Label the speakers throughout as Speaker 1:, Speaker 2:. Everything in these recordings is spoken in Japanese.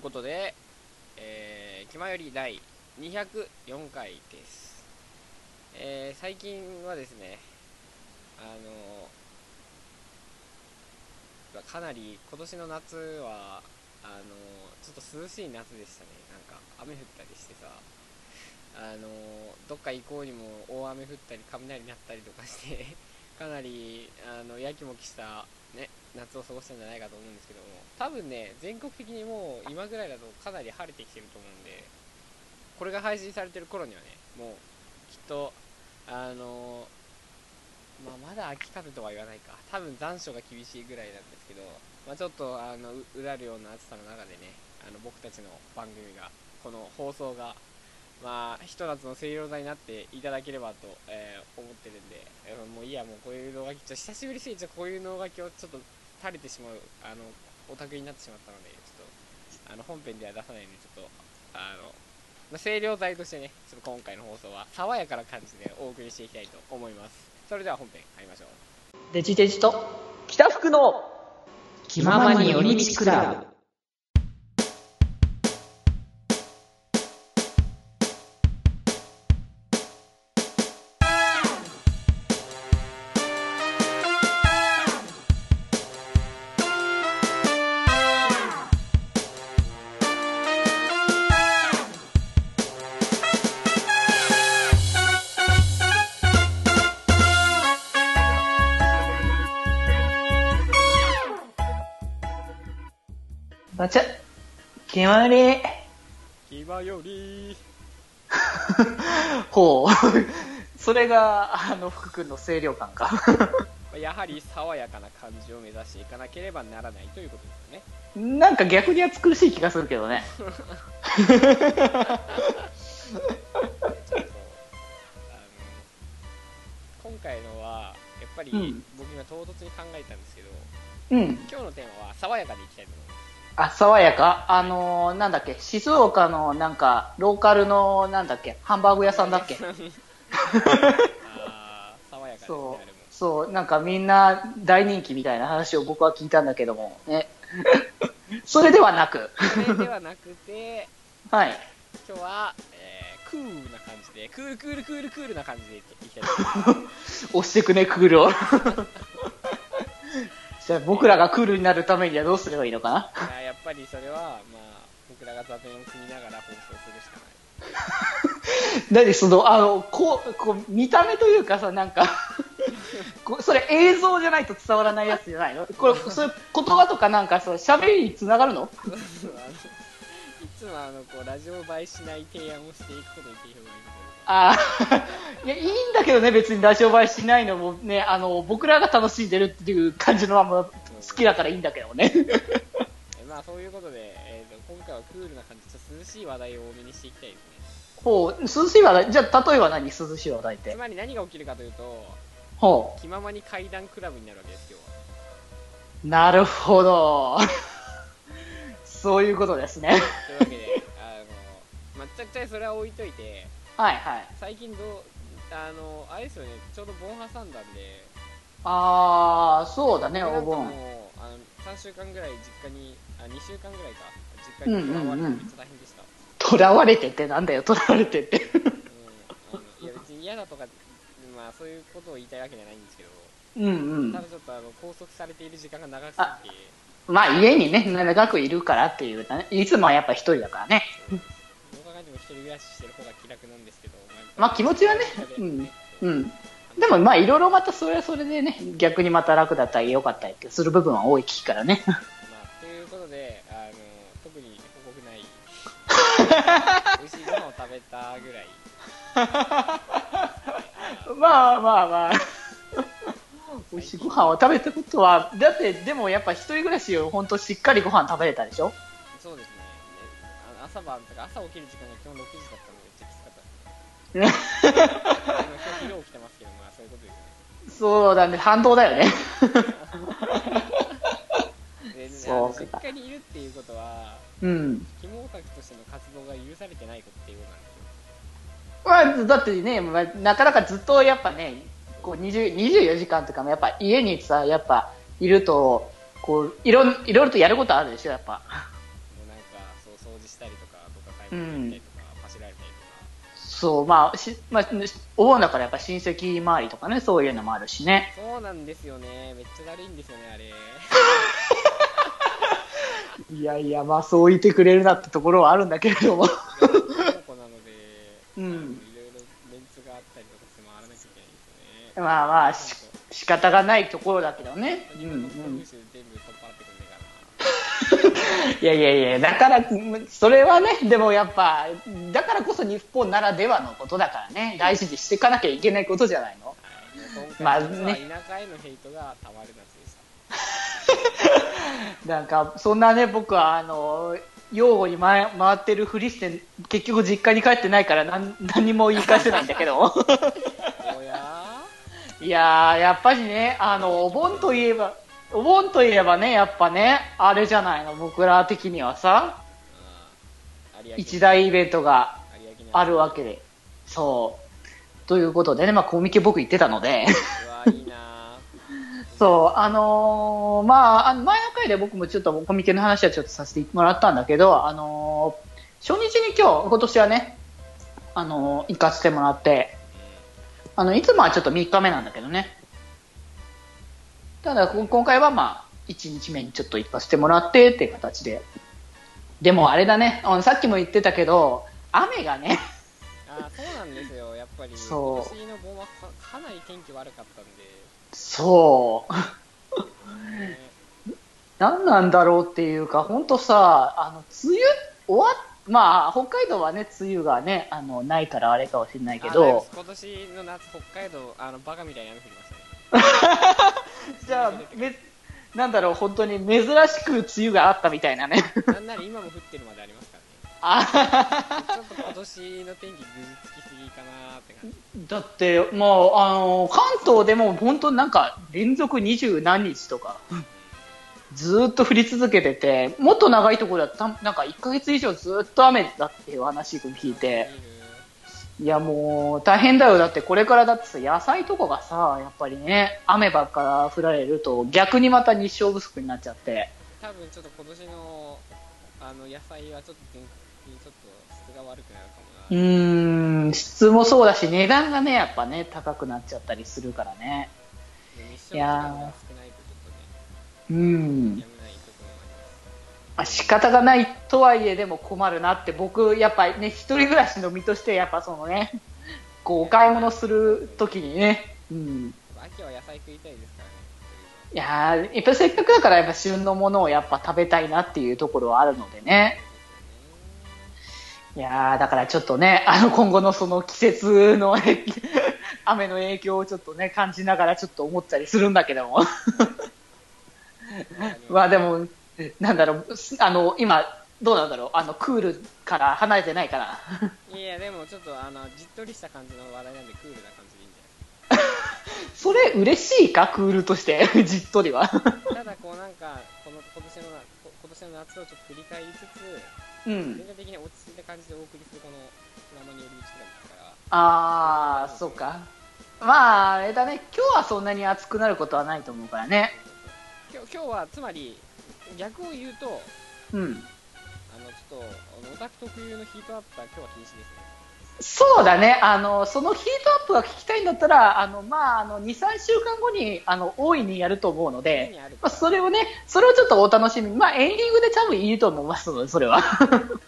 Speaker 1: ことで、えー、気まより第204回です。えー、最近はですね、あのかなり今年の夏は、あのちょっと涼しい夏でしたね。なんか雨降ったりしてさ、あのどっか行こうにも大雨降ったり雷鳴ったりとかして、 かなりあのやきもきした、ね、夏を過ごしたんじゃないかと思うんですけども多分ね全国的にもう今ぐらいだとかなり晴れてきてると思うんでこれが配信されてる頃にはねもうきっとあのまあ、まだ秋風とは言わないか多分残暑が厳しいぐらいなんですけど、まあ、ちょっとあのううだるような暑さの中でねあの僕たちの番組がこの放送がまあ、ひと夏の清涼剤になっていただければと、えー思ってるんで、えーもういいや、もうこういう能書き、ちょ久しぶりすぎて、こういう能書きをちょっと垂れてしまう、あの、オタクになってしまったので、ちょっと、あの、本編では出さないので、ちょっと、あの、まあ、清涼剤としてね、ちょっと今回の放送は、爽やかな感じでお送りしていきたいと思います。それでは本編、入りましょう。
Speaker 2: デジデジと
Speaker 3: 北福の
Speaker 2: 気ままに寄り道クラブ。
Speaker 3: まちゃ、気まり。
Speaker 1: 今より
Speaker 3: ほう。 それが、あの、福君の清涼感か。
Speaker 1: まあやはり爽やかな感じを目指していかなければならないということですよね。
Speaker 3: なんか逆に暑苦しい気がするけどね。
Speaker 1: ちょっとあの今回のはやっぱり
Speaker 3: うん
Speaker 1: 僕今唐突に考えたんですけど、
Speaker 3: うん。
Speaker 1: 今日のテーマは爽やかでいきたいと思います
Speaker 3: あ、爽やかあのー、なんだっけ、静岡のなんか、ローカルの、なんだっけ、ハンバーグ屋さんだっ け。
Speaker 1: あー爽やかですね
Speaker 3: そ
Speaker 1: あれも
Speaker 3: う。そう、なんかみんな大人気みたいな話を僕は聞いたんだけども、 ね。それではなく、
Speaker 1: それではなくて
Speaker 3: はい。
Speaker 1: 今日は、えークールな感じでクールクールクールクールな感じでいきたいと
Speaker 3: 押してくね、クールを。 じゃあ僕らがクールになるためにはどうすればいいのかな
Speaker 1: 思いますいややっぱりそれはまあ僕らが座禅を組みながら放送するしかない
Speaker 3: なんでその、あの、こう、こう、見た目というかさ、なん かこう、それ映像じゃないと伝わらないやつじゃないのこれ、それ言葉とかなんかさ、喋りにつながるの
Speaker 1: あのいつもあのこうラジオ映えしない提案をしていくことに定評がありますよね
Speaker 3: あ あ、いや、いいんだけどね、別にラジオ映えしないのもね、あの、僕らが楽しんでるっていう感じのまま好きだからいいんだけどね。
Speaker 1: えまあそういうことで、えーと今回はクールな感じちょっと涼しい話題を多めにしていきたいですね
Speaker 3: ほう、 涼しい話題、じゃあ例えば何涼しい話題っ
Speaker 1: つ
Speaker 3: て。
Speaker 1: まり何が起きるかというと
Speaker 3: ほ
Speaker 1: 気ままに階段クラブになるわけです今日は
Speaker 3: う、なるほど。 そういうことですね。
Speaker 1: というわけであのまっちゃくちゃそれは置いといて
Speaker 3: はいはい。
Speaker 1: 最近どうあのあれですよねちょうど盆挟んだんで
Speaker 3: ああ、そうだね、
Speaker 1: 僕な
Speaker 3: お
Speaker 1: んかもう
Speaker 3: 盆。
Speaker 1: あの3週間ぐらい実家にあ2週間ぐらいか実家にとらわれて
Speaker 3: うんうんう
Speaker 1: め
Speaker 3: ん
Speaker 1: っちゃ大変でした、
Speaker 3: 囚われてってなんだよ、囚われてって。
Speaker 1: うんあのいや別に嫌だとかまあそういうことを言いたいわけじゃないんですけど
Speaker 3: うんうん
Speaker 1: ただ。ちょっとあの拘束されている時間が長すぎて
Speaker 3: まあ家にね、長くいるからっていうね、いつもはやっぱ一人だからね。
Speaker 1: どう考えても一人暮らししてる方が気楽なんですけど、
Speaker 3: まあ気持ちはねうんうん。でもまあいろいろまたそれはそれでね、逆にまた楽だったり良かったりってする部分は多い聞くからね。
Speaker 1: まあ、ということで、あの特に報告な い、美味しいご飯を食べたぐらい、
Speaker 3: まあまあ まあ。美味しいご飯を食べたことは、だってでもやっぱ一人暮らしを本当しっかりご飯食べれたでしょ
Speaker 1: そうですね、ねあの朝晩とか、朝起きる時間が基本6時だったので、めっちゃきつか った。あの今日、昼起きてますけど、まあ、そういうこと
Speaker 3: そうだね、反動だよね。
Speaker 1: ですね。で、あ
Speaker 3: そ
Speaker 1: の
Speaker 3: うか
Speaker 1: 実家にいるっていうことは、
Speaker 3: うん。
Speaker 1: 肝オタクとしての活動が許されてないことっていうことなんですよ。
Speaker 3: まあ、だってね、まあなかなかずっとやっぱね、こう20 24時間とかもやっぱ家にさ、やっぱいると、こう、いろん、いろいろとやることあるでしょ、やっぱ。
Speaker 1: もうなんかそう買い物行ったりとか、走られたり
Speaker 3: そう、まあ、しまあ、お盆だからやっぱ親戚周りとかね、そういうのもあるしね。
Speaker 1: とかそうなんですよねめっちゃだるいんですよねあ れ
Speaker 3: いやいや、まあそう言ってくれるなってところはあるんだけれども。
Speaker 1: 男の子なので、
Speaker 3: う
Speaker 1: あのい
Speaker 3: ん
Speaker 1: ろいろメンツがあったりとかして回らなきゃいけないんですよね
Speaker 3: まあまあし仕方がないところだけどね。うんう
Speaker 1: 今のト
Speaker 3: ん
Speaker 1: ップ。集全部取っ払ってくんねえ
Speaker 3: いやいやいや、だから、それはね、でもやっぱ、だからこそ日本ならではのことだからね、大事にしていかなきゃいけないことじゃないの。
Speaker 1: かな、はい、もう
Speaker 3: まあ
Speaker 1: 今回
Speaker 3: ね
Speaker 1: のは田舎へのヘイトがたまる夏でした
Speaker 3: なんか、そんなね、僕は、あの、擁護に回回ってるふりして、結局実家に帰ってないから何、何も言い返せないんだけど。
Speaker 1: おや
Speaker 3: いやー、やっぱりね、あの、お盆といえば、お盆といえばね、やっぱね、あれじゃないの、僕ら的にはさ、
Speaker 1: ー有明
Speaker 3: 一大イベントが
Speaker 1: 有明
Speaker 3: あるわけで、そう。ということでね、まあ、コミケ僕行ってたので、
Speaker 1: うわいいな
Speaker 3: そう、あのーまあ、あの前の回で僕もちょっとコミケの話はちょっとさせてもらったんだけど、あのー初日に今日、今年はね、あのー行かせてもらって、あの、いつもはちょっと3日目なんだけどね。ただ、こ今回はまあ、1日目にちょっと行かせてもらってっていう形で。でもあれだね、あのさっきも言ってたけど、雨がね、
Speaker 1: あーそうなんですよやっぱり今
Speaker 3: そう
Speaker 1: 年の盆はかかなり天気悪かったんで、
Speaker 3: そう、
Speaker 1: ね、
Speaker 3: 何なんだろうっていうか、ほんとさ、あの、梅雨終わっ、まあ、北海道はね、梅雨がね、あの、ないからあれかもしれないけ
Speaker 1: あなん
Speaker 3: ど
Speaker 1: か、今年の夏北海道あのバカみたいに雨降りましたね
Speaker 3: じゃあ、め、なんだろう、本当に珍しく梅雨があったみたいなね。
Speaker 1: なんなら今も降ってるまでありますから
Speaker 3: あ
Speaker 1: ね。ちょっと今年の天気ぐずつきすぎかなーって感じ。
Speaker 3: だって、もう、あの、関東でも本当なんか連続二十何日とか、ずーっと降り続けてて、もっと長いところだとた、なんか1ヶ月以上ずーっと雨だっていう話を聞いて、いやもう大変だよ。だってこれからだってさ、野菜とかがさ、やっぱりね、雨ばっか降られると逆にまた日照不足になっちゃって、
Speaker 1: 多分ちょっと今年のあの野菜はちょっと全国的にちょっと質が悪くなるかも
Speaker 3: う
Speaker 1: な。
Speaker 3: ーん、質もそうだし値段がね、やっぱね、高くなっちゃったりするからね。
Speaker 1: 日照時間が少ないとちょっとね、
Speaker 3: うん。
Speaker 1: やめないところもあります。
Speaker 3: まあ、仕方がないとはいえでも困るなって僕やっぱりね一人暮らしの身としてやっぱそのねこうお買い物する時にね、うん、
Speaker 1: 秋は野菜食いたいですからね。
Speaker 3: いやーやっぱせっかくだからやっぱ旬のものをやっぱ食べたいなっていうところはあるのでねいやーだからちょっとねあの今後のその季節の ね雨の影響をちょっとね感じながらちょっと思ったりするんだけども。まあでも、なんだろう、あの、今、どうなんだろう、あの、クールから離れてないから。
Speaker 1: いやいやでもちょっとあのじっとりした感じの話題なんでクールな感じでいいんじゃない
Speaker 3: それ嬉しいかクールとして じっとりは
Speaker 1: ただこうなんかこの今年のなこ今年の夏をちょっと振り返りつつ
Speaker 3: う
Speaker 1: 全
Speaker 3: ん
Speaker 1: 体的に落ち着いた感じでお送りするこの「生に寄り道クラブ」ですから
Speaker 3: あーそうかまああれだね今日はそんなに暑くなることはないと思うからね
Speaker 1: 今日今日はつまり逆を言うと
Speaker 3: うん
Speaker 1: あのちょっとあのオタク特有のヒートアップは今日は禁止ですね
Speaker 3: そうだねあのそのヒートアップが聞きたいんだったらあのまああの23週間後にあの大いにやると思うの
Speaker 1: 家
Speaker 3: で、
Speaker 1: にある
Speaker 3: まあ、それをねそれをちょっとお楽しみにまあエンディングで多分いいと思いますのでそれは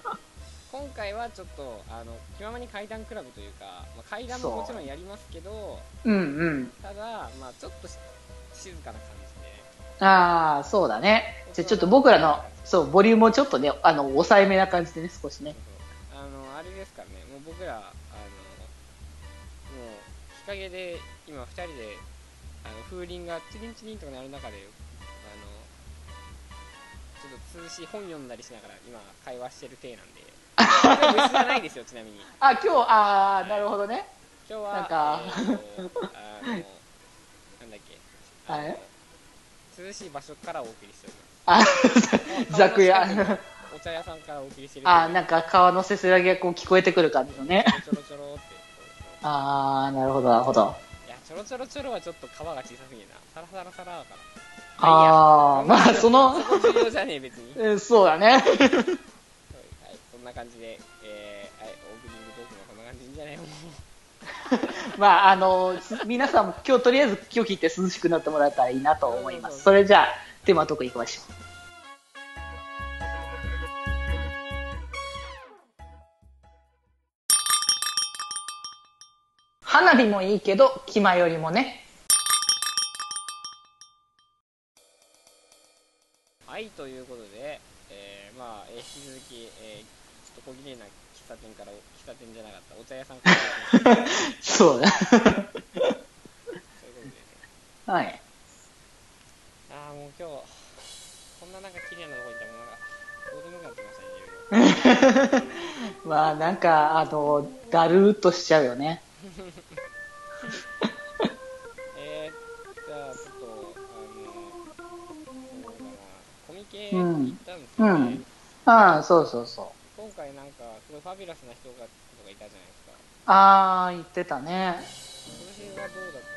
Speaker 1: 今回はちょっとあの気ままに怪談クラブというか、まあ、怪談ももちろんやりますけど
Speaker 3: うんうん
Speaker 1: ただまあちょっとし静かな感じで
Speaker 3: ああそうだねじゃあちょっと僕らのそうボリュームをちょっとねあの抑えめな感じでね少しね
Speaker 1: あのあれですからねもう僕らあのもう日陰で今2人であの風鈴がチリンチリンとか鳴る中であのちょっと通しい本読んだりしながら今会話してる体 なんでこれ部室じゃないですよちなみに
Speaker 3: あ、今日、あーなるほどね。
Speaker 1: 今日は
Speaker 3: なんか
Speaker 1: え ーとあのなんだっけあの
Speaker 3: はい
Speaker 1: 涼しい場所からお送りしておりま
Speaker 3: あ、
Speaker 1: す
Speaker 3: 雑魚
Speaker 1: 川の近
Speaker 3: 屋
Speaker 1: く。のお茶屋さんからお送りしてる
Speaker 3: あ、なんか川のせせらぎがこう聞こえてくる感じのね。
Speaker 1: ちょろちょろって
Speaker 3: あーなるほど、なるほど。
Speaker 1: いや、ちょろちょろちょろはちょっと皮が小さすぎるな。サラサラサラだから。
Speaker 3: あーまあその、
Speaker 1: そこ重要じゃねえ、別に。はい、
Speaker 3: うんそうだね。
Speaker 1: そんなんな感じで、えー、あオープニングトークもこんな感じじゃないもう
Speaker 3: まあ、あの、す皆さんも今日とりあえず今日聞いて涼しくなってもらえたらいいなと思います。それじゃあ、テーマトークいきましょう。花火もいいけど、気前よりもね。
Speaker 1: はい、ということで、えー、まあ、えー引き続き、えー、ちょっと小綺麗な喫茶店からお、喫茶店じゃなかった、お茶屋さんから、そういうこ
Speaker 3: そうだ。
Speaker 1: とでね。
Speaker 3: はい。
Speaker 1: ああ、もう今日、こんななんか綺麗なとこ行ったらもうなんか、どうでもよくなってましたね、いろいろ。
Speaker 3: まあ、なんか、あの、だるーっとしちゃうよね。
Speaker 1: えー、じゃあ、ちょっと、あの、そうだな、コミケ
Speaker 3: う
Speaker 1: 行
Speaker 3: ん
Speaker 1: ったんですけど、ね
Speaker 3: うんうん、そうそうそう。
Speaker 1: 今回なんか、すごいファビュラスな人が、とかいたじゃないですか。
Speaker 3: あー、言ってたね。
Speaker 1: その辺はどうだっ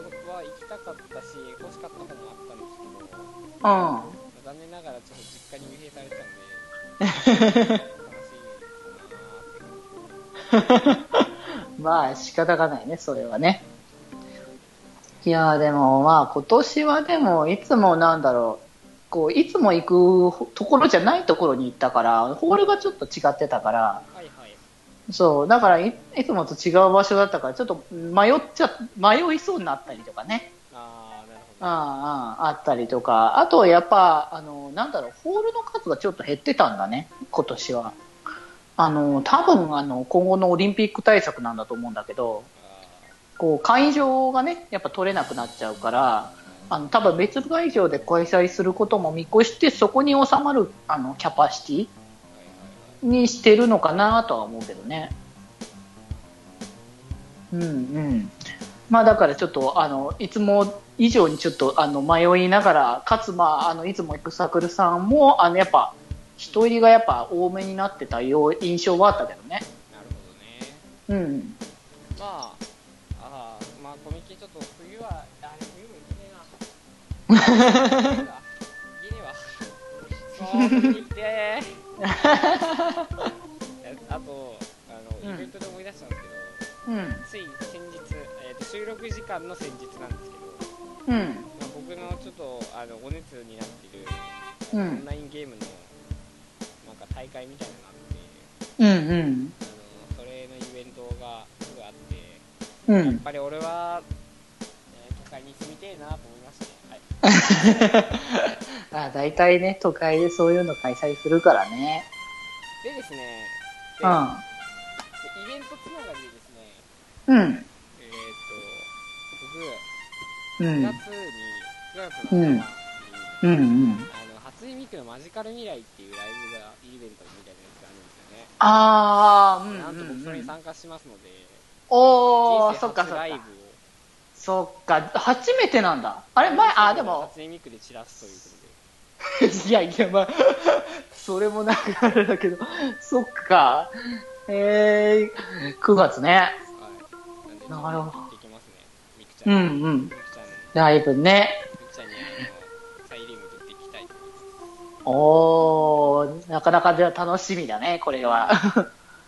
Speaker 1: たのかな、コミケ。いや、僕は行きたかったし、欲しかった方もあったんですけど、
Speaker 3: う
Speaker 1: 残
Speaker 3: ん。
Speaker 1: 念ながらちょっと実家に幽閉されてたんで悲しいなーって感
Speaker 3: まあ仕方がないね、それはね。いやーでもまあ今年はでもいつもなんだろう、こういつも行くところじゃないところに行ったから、ホールがちょっと違ってたから、
Speaker 1: じはいはい
Speaker 3: そう、だからいいつもと違う場所だったから、ちょっと迷っちゃ、迷いそうになったりとかね。
Speaker 1: ああなるほ
Speaker 3: う
Speaker 1: ど
Speaker 3: んうん、
Speaker 1: あ
Speaker 3: あったりとか、あとやっぱ、あの、なんだろう、ホールの数がちょっと減ってたんだね、今年は。あの、多分、あの、今後のオリンピック対策なんだと思うんだけど、こう会場がねやっぱ取れなくなっちゃうからあの多分別会場で開催することも見越してそこに収まるあのキャパシティ
Speaker 1: ーはいはい
Speaker 3: にしてるのかなとは思うけどねうんうんまあだからちょっとあのいつも以上にちょっとあの迷いながらかつまああのいつも行くサクルさんもあのやっぱ人入りがやっぱ多めになってたよう印象はあったけどね
Speaker 1: なるほどね
Speaker 3: うん
Speaker 1: まああーまあコミケちょっと冬はあれ冬も行けねえな家にはそうコミケ行きてーいやあとあの、
Speaker 3: うん
Speaker 1: イベントで思い出したんですけど
Speaker 3: うん
Speaker 1: つい先日、えーと収録時間の先日なんですけど
Speaker 3: うん
Speaker 1: まあ、僕のちょっとあのお熱になっているあ
Speaker 3: う
Speaker 1: の
Speaker 3: ん
Speaker 1: オンラインゲームのなんか大会みたいなのがあって
Speaker 3: うんうん
Speaker 1: あのそれのイベントがすごいあってや
Speaker 3: うん
Speaker 1: っぱり俺は、えー都会に住みてえなと思いましたね、はい、
Speaker 3: あ大体ね、都会でそういうの開催するからね。
Speaker 1: でですねで
Speaker 3: う
Speaker 1: でイベントつながりでですね
Speaker 3: ん。う
Speaker 1: え
Speaker 3: ん。
Speaker 1: ーっと
Speaker 3: う
Speaker 1: 僕9
Speaker 3: ん。
Speaker 1: 月に9月の頭に、
Speaker 3: うんうん。
Speaker 1: あの初音ミクのマジカル未来っていうライブがイベントみたいなやつがあるんですよね、
Speaker 3: ああ、うん
Speaker 1: なんと
Speaker 3: う
Speaker 1: 僕
Speaker 3: ん
Speaker 1: それ
Speaker 3: う
Speaker 1: に
Speaker 3: ん。
Speaker 1: 参加しますので、
Speaker 3: お
Speaker 1: 人
Speaker 3: お、
Speaker 1: 生
Speaker 3: そっかそ
Speaker 1: 初
Speaker 3: っ
Speaker 1: ライブを。
Speaker 3: かそっか、初めてなんだ。あれ、前、あ、でも、
Speaker 1: 初音ミクで散らすということで。
Speaker 3: いやいや、まあ、 それもなんかあれだけど、そっか。えー、9月ね。
Speaker 1: はい。なんで、ちょ
Speaker 3: なる
Speaker 1: っと
Speaker 3: ほど
Speaker 1: 行ってきますね。ミクち
Speaker 3: う
Speaker 1: ゃん。ミ
Speaker 3: んうん。
Speaker 1: クちゃん、
Speaker 3: ライブね。
Speaker 1: ミクちゃんにあの、サイリウム取っていきたいと思います。
Speaker 3: おお、なかなかでは楽しみだね、これは。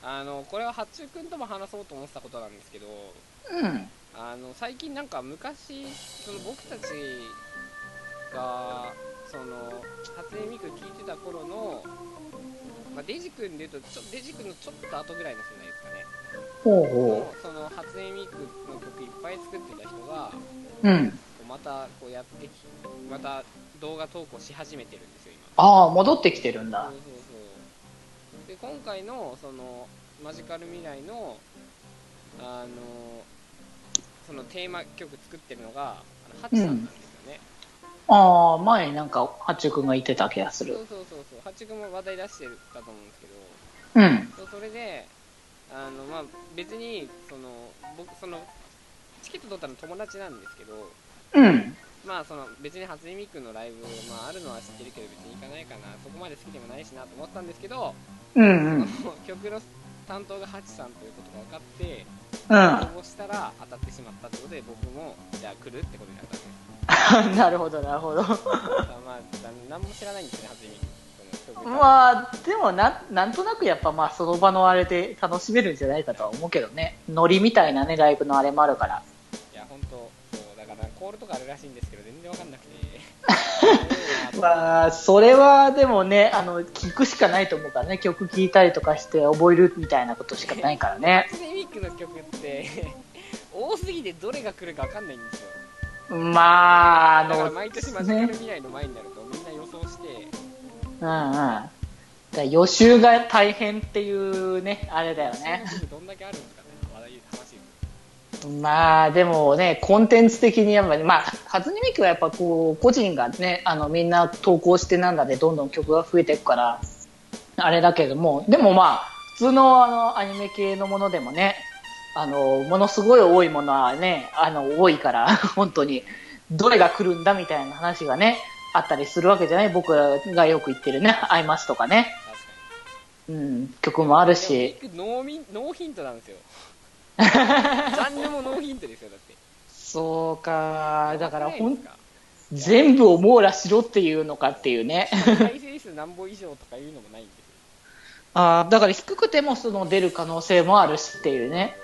Speaker 1: あの、これは八中くんとも話そうと思ってたことなんですけど、
Speaker 3: うん。
Speaker 1: あの、最近なんか昔、その僕たちが、その、初音ミク聞いてた頃の、まあ、デジ君で言うとちょ、デジ君のちょっと後ぐらいの世代ですかね。
Speaker 3: ほう
Speaker 1: の
Speaker 3: ほ
Speaker 1: その初音ミクの曲いっぱい作ってた人が、
Speaker 3: う。うん。
Speaker 1: こうまたこうやってきまた動画投稿し始めてるんですよ今
Speaker 3: ああ、戻ってきてるんだ
Speaker 1: そう。そうそうで今回のそのマジカル未来のあのそのテーマ曲作ってるのがあのハチさんなんですよね、
Speaker 3: ああ、前なんか、八中くんが言ってた気がする。
Speaker 1: そうそうそうそうハチ君も話題出してたと思うんですけど
Speaker 3: うん。
Speaker 1: そうそれであのまあ別にその僕そのチケット取ったの友達なんですけど、
Speaker 3: うん。
Speaker 1: まあその別に初音ミクのライブ、まあ、あるのは知ってるけど別に行かないかなそこまで好きでもないしなと思ったんですけど、
Speaker 3: うんうん。
Speaker 1: その曲の担当がハチさんということが分かって
Speaker 3: う
Speaker 1: 応募したら当たってしまったってことで僕もじゃあ来るってことになったんです
Speaker 3: ん。なるほど、なるほど。
Speaker 1: まあまあな何も知らないんですね初音ミクその曲と思います
Speaker 3: まあ、でもなん、なんとなくやっぱまあ、その場のあれで楽しめるんじゃないかとは思うけどね。ノリみたいなね、ライブのあれもあるから。
Speaker 1: いや本当そうだからコールとかあるらしいんですけど全然わかんなくて
Speaker 3: まあ、それはでもね、あの、聞くしかないと思うからね。曲聴いたりとかして覚えるみたいなことしかないからね。
Speaker 1: 初音ミクの曲って 多すぎてどれが来るかわかんないんですよ
Speaker 3: まあ、あ
Speaker 1: だから
Speaker 3: の、
Speaker 1: 毎年マジカル未来の前になるとみんな予想して
Speaker 3: うんうん。だから予習が大変っていうね、あれだよね。
Speaker 1: どんだけあるんですかね話話
Speaker 3: まあでもね、コンテンツ的にやっぱり、まあ、初音ミクはやっぱこう、個人がね、あのみんな投稿してなんだで、どんどん曲が増えていくから、あれだけども、でもまあ、普通のあのアニメ系のものでもね、あの、ものすごい多いものはね、あの、多いから、 本当に、どれが来るんだみたいな話がね、あったりするわけじゃない僕らがよく言ってるね、アイマスとかね、
Speaker 1: 確か
Speaker 3: うん、曲もあるし、
Speaker 1: にでもノーミンノーヒントなん ですよジャンルもノーヒントですよだって
Speaker 3: そうか、だから
Speaker 1: ほ
Speaker 3: ほ
Speaker 1: ん
Speaker 3: ん全部を網羅しろっていうのかっていうね。
Speaker 1: 再生数何本以上とかいうのもないんですよ
Speaker 3: あーだから低くてもその出る可能性もあるしっていうね。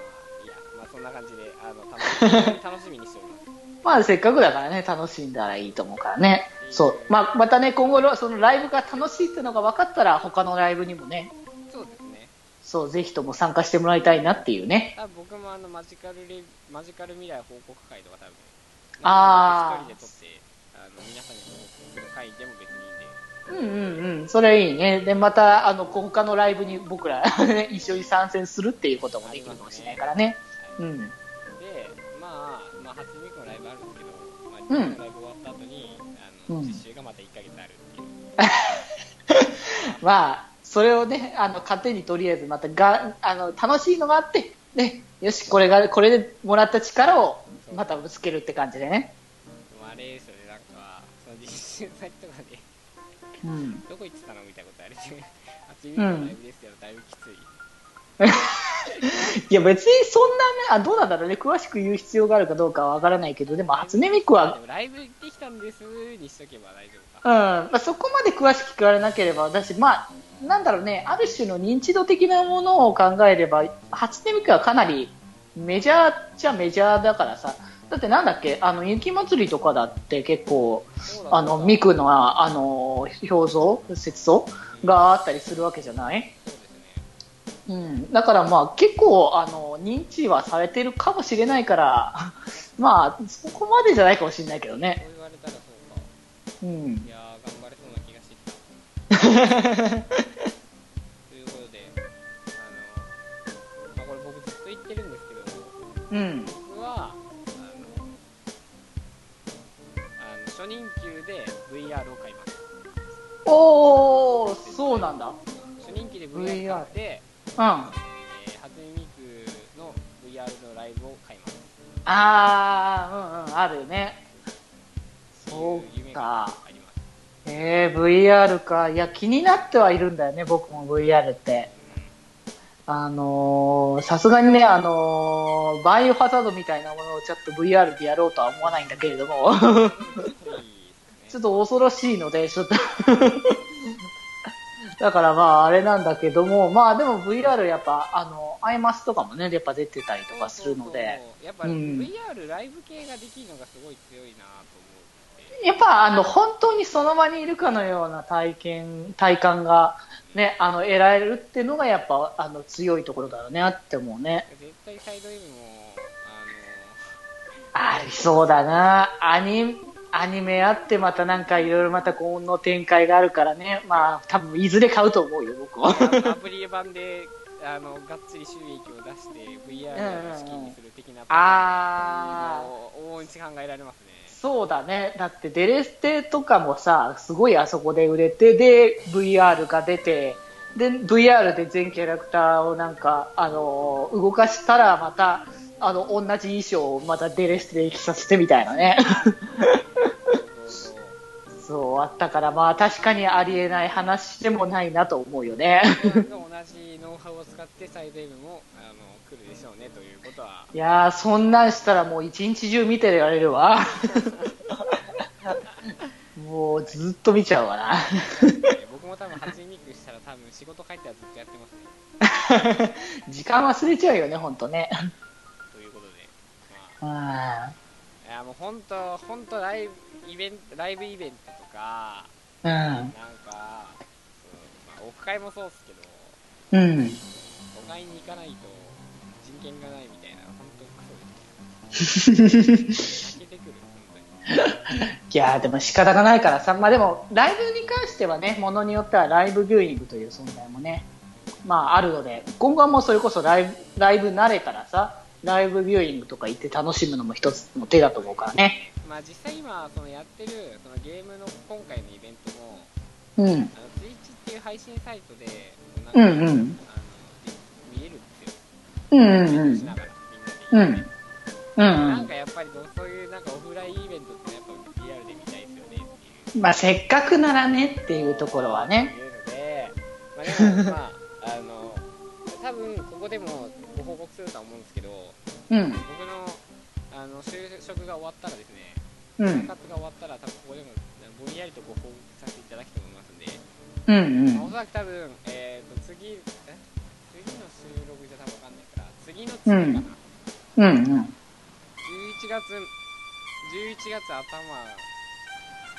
Speaker 1: まあいやまあそんな感じであの楽し 楽しみにしております
Speaker 3: まあせっかくだからね、楽しんだらいいと思うからね。そう。まあまたね、今後のそのライブが楽しいっていうのが分かったら、他のライブにもね、
Speaker 1: そうですね
Speaker 3: そう、ぜひとも参加してもらいたいなっていうね。
Speaker 1: あ僕もあのマジカルレマジカル未来報告会とか多分
Speaker 3: あー
Speaker 1: 一人で撮ってあの皆さんに報告する会でも別にいいんで
Speaker 3: うんうんうん。それいいね。で、また、あの、他のライブに僕らね 一緒に参戦するっていうこともできるかもしれないからね。うん。
Speaker 1: で、まあ、まあ、初音ミクのライブあるんですけど、まあ、
Speaker 3: うん
Speaker 1: 自分のライブ終わった後に、あの、
Speaker 3: うん
Speaker 1: 実習がまた1ヶ月あるっていう。
Speaker 3: まあ、それをね、あの、糧にとりあえずまたが、あの、楽しいのがあって、ね、よし、これが、これでもらった力を
Speaker 1: そう
Speaker 3: またぶつけるって感じでね。
Speaker 1: でもあれですよね、なんか、その実習先とかで、
Speaker 3: うん。
Speaker 1: どこ行ってたのみたいなことあれで、初音ミクのライブですけど、だいぶきつい。
Speaker 3: いや、別にそんなね、あ、どうなんだろうね、詳しく言う必要があるかどうかはわからないけど、でも、初音ミク
Speaker 1: で
Speaker 3: は、
Speaker 1: もライブ行ってきたんですにしとけば大丈夫
Speaker 3: うん、
Speaker 1: か。
Speaker 3: まあ、そこまで詳しく聞かれなければ、だし、まあ、なんだろうね、ある種の認知度的なものを考えれば、初音ミクはかなりメジャーっちゃメジャーだからさ、だってなんだっけ、あの、雪祭りとかだって結構、
Speaker 1: そうだ
Speaker 3: あの、ミクの、ああの、表像、雪像があったりするわけじゃない
Speaker 1: そうですね。
Speaker 3: うん。だからまあ、結構、あの、認知はされてるかもしれないから、 まあ、そこまでじゃないかもしれないけどね。
Speaker 1: そう言われたらそうか。
Speaker 3: うん
Speaker 1: い。やー、頑張れそうな気がしてきた。ということで、あの、まあ、これ僕ずっと言ってるんですけど、
Speaker 3: うん。
Speaker 1: 僕はあのあの初任給で VR を買います
Speaker 3: おー、そうなんだ。
Speaker 1: 初任給で VR 買って、
Speaker 3: うん。あ
Speaker 1: えー、初音ミクの VR のライブを買います
Speaker 3: ー、うんうん、あるよね。そ
Speaker 1: っていう夢
Speaker 3: う
Speaker 1: が
Speaker 3: か。
Speaker 1: あります
Speaker 3: えー、VR か。いや、気になってはいるんだよね、僕も VR って。あのーさすがにね、あのーバイオハザードみたいなものをちょっと VR でやろうとは思わないんだけれども、
Speaker 1: う んいいで
Speaker 3: ち
Speaker 1: すね
Speaker 3: ょっと恐ろしいので、ちょっと。だからまあ、あれなんだけども、まあでも VR やっぱ、あの、アイマスとかもね、やっぱ出てたりとかする
Speaker 1: そう
Speaker 3: ので、
Speaker 1: そうそうやっぱ、
Speaker 3: うん
Speaker 1: VR ライブ系ができるのがすごい強いなと思って
Speaker 3: やっぱあの、本当にその場にいるかのような体験、体感がね、あの、得られるっていうのがやっぱ、あの、強いところだよね、あって思うね。
Speaker 1: 絶対サイド M もあ
Speaker 3: ありそうだな。アニアニメあってまたなんかいろいろまた今後の展開があるからね。まあ多分いずれ買うと思うよ、僕は。
Speaker 1: のアプリ版であのがっつり収益を出して VR の資金にする的な
Speaker 3: あー、
Speaker 1: もう往々にして考えられますね
Speaker 3: そうだね。だってデレステとかもさ、すごいあそこで売れて、で、VR が出て、で、VR で全キャラクターをなんか、あのー動かしたらまた、あの、同じ衣装をまたデレステで着させてみたいなね。 そう、あったから、まあ確かにありえない話でもないなと思うよね。
Speaker 1: VR の同じノウハウを使ってサイド M もあの来るでしょうねということはい
Speaker 3: やー、そんなんしたらもう一日中見てられるわ。もう
Speaker 1: はい
Speaker 3: ずっと見ちゃうわな。
Speaker 1: 僕も多分8イニングしたら多分仕事帰ったらずっとやってますね
Speaker 3: 時間忘れちゃうよね、ほんとね。
Speaker 1: ということで、ま
Speaker 3: うん。う
Speaker 1: あ、いやもう本当本当ライブイベントライブイベントとかなん
Speaker 3: ん。
Speaker 1: かそう、まあ、オフ会もそうっすけど
Speaker 3: うん。
Speaker 1: 都会に行かないと人権がないみたいな本当クソですね泣けてくる本当に
Speaker 3: いやーでも仕方がないからさ、まあでも、ライブに関してはね、ものによってはライブビューイングという存在もね、まああるので、今後はもうそれこそライブ、ライブ慣れたらさ、ライブビューイングとか行って楽しむのも一つの手だと思うからね。
Speaker 1: まあ実際今そのやってるそのゲームの今回のイベントも
Speaker 3: うん。
Speaker 1: あの Twitch っていう配信サイトでなん
Speaker 3: う
Speaker 1: か
Speaker 3: んうん
Speaker 1: あの見れるんですよ
Speaker 3: うんう
Speaker 1: ツイ
Speaker 3: んう
Speaker 1: ートし
Speaker 3: ん
Speaker 1: な。がらみんなで
Speaker 3: うん。うんう
Speaker 1: なん
Speaker 3: ん。
Speaker 1: かやっぱりどうそういうなんかオフラインイベントってやっぱリアルで見たいですよねっていう
Speaker 3: まあせっかくならねっていうところはね。
Speaker 1: いうので、まあ、でもまああの多分ここでもご報告するとは思うんですけど
Speaker 3: うん。
Speaker 1: 僕のあの就職が終わったらですね
Speaker 3: う
Speaker 1: 就
Speaker 3: ん。
Speaker 1: 活が終わったら多分ここでもぼんやりとご報告させていただきたいと思いますんで、
Speaker 3: うん
Speaker 1: まあおそらく多分、えー、と次え次の収録じゃ多分わかんないから次の次かな、
Speaker 3: うんうん。うんうん。
Speaker 1: 11月11月頭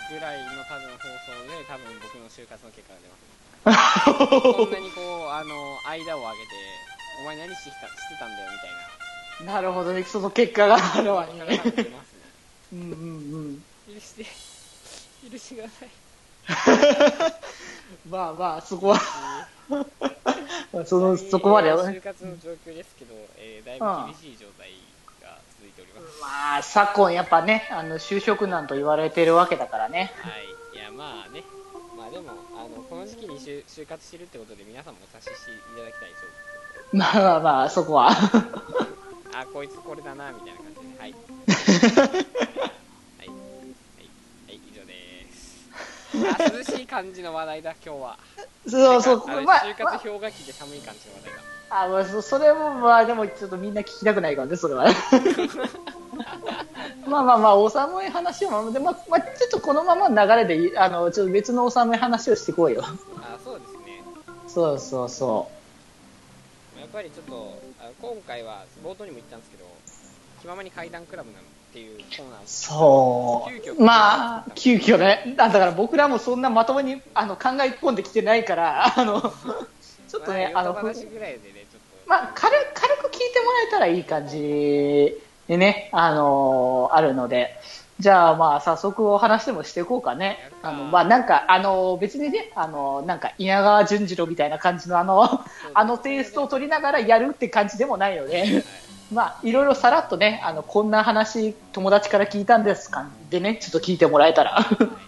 Speaker 1: ぐらいの多分放送で多分僕の就活の結果が出ますそんなにこうあの間を空けてお前何してきたしてたんだよみたいな
Speaker 3: なるほどね、その結果があるわ
Speaker 1: 結
Speaker 3: ね。
Speaker 1: 果が出ますね
Speaker 3: うんうんうん。
Speaker 1: 許して許してください
Speaker 3: まあまあ、そこは、そ
Speaker 1: 本
Speaker 3: の、
Speaker 1: 当に
Speaker 3: そこまで
Speaker 1: えー
Speaker 3: はね
Speaker 1: 就活の状況ですけど、えーだいぶ厳しい状態が続いております
Speaker 3: まあ、昨今やっぱね、あの、就職難と言われてるわけだからね。
Speaker 1: はいいやまあねまあでもあのこの時期に就就活してるってことで皆さんもお察ししていただきたいそうです
Speaker 3: まあまあまあ、そこは。
Speaker 1: あこいつこれだなみたいな感じではいはい はい、はい、以上ですあ涼しい感じの話題だ今日は
Speaker 3: そうそう、
Speaker 1: あの
Speaker 3: まあ、
Speaker 1: 就活氷河期で寒い感じの話題だ
Speaker 3: まあ、あまあそそれもまあ、でもちょっとみんな聞きたくないからね、そ れは。まあまあまあ、おさむい話を、まあでも、まあ、ちょっとこのままの流れでいい、あの、ちょっと別のおさむい話をしていこうよ。
Speaker 1: あそうですね
Speaker 3: そうそうそ
Speaker 1: やっぱりちょっとあ今回は冒頭にも言ったんですけど気ままに怪談クラブなのっていうコーナーを
Speaker 3: う。そ
Speaker 1: 急遽
Speaker 3: う。まあ、急遽ね。だから僕らもそんなまともに、あの、考え込んできてないから、あの、ちょっとね、
Speaker 1: まあ
Speaker 3: あの、
Speaker 1: 横話ぐらいでねちょっと、
Speaker 3: まあ、軽軽く聞いてもらえたらいい感じでね、あのーあるので、じゃあ、まあ、早速お話でもしていこうかね
Speaker 1: やる。か
Speaker 3: あの、まあ、なんか、あのー別にね、あのーなんか、稲川淳二郎みたいな感じの、あの、
Speaker 1: そう
Speaker 3: あのテイストを取りながらやるって感じでもないよね。 まあ、いろいろさらっとね、あの、こんな話、友達から聞いたんですかでね、ちょっと聞いてもらえたら。
Speaker 1: はい、じゃあ早速コ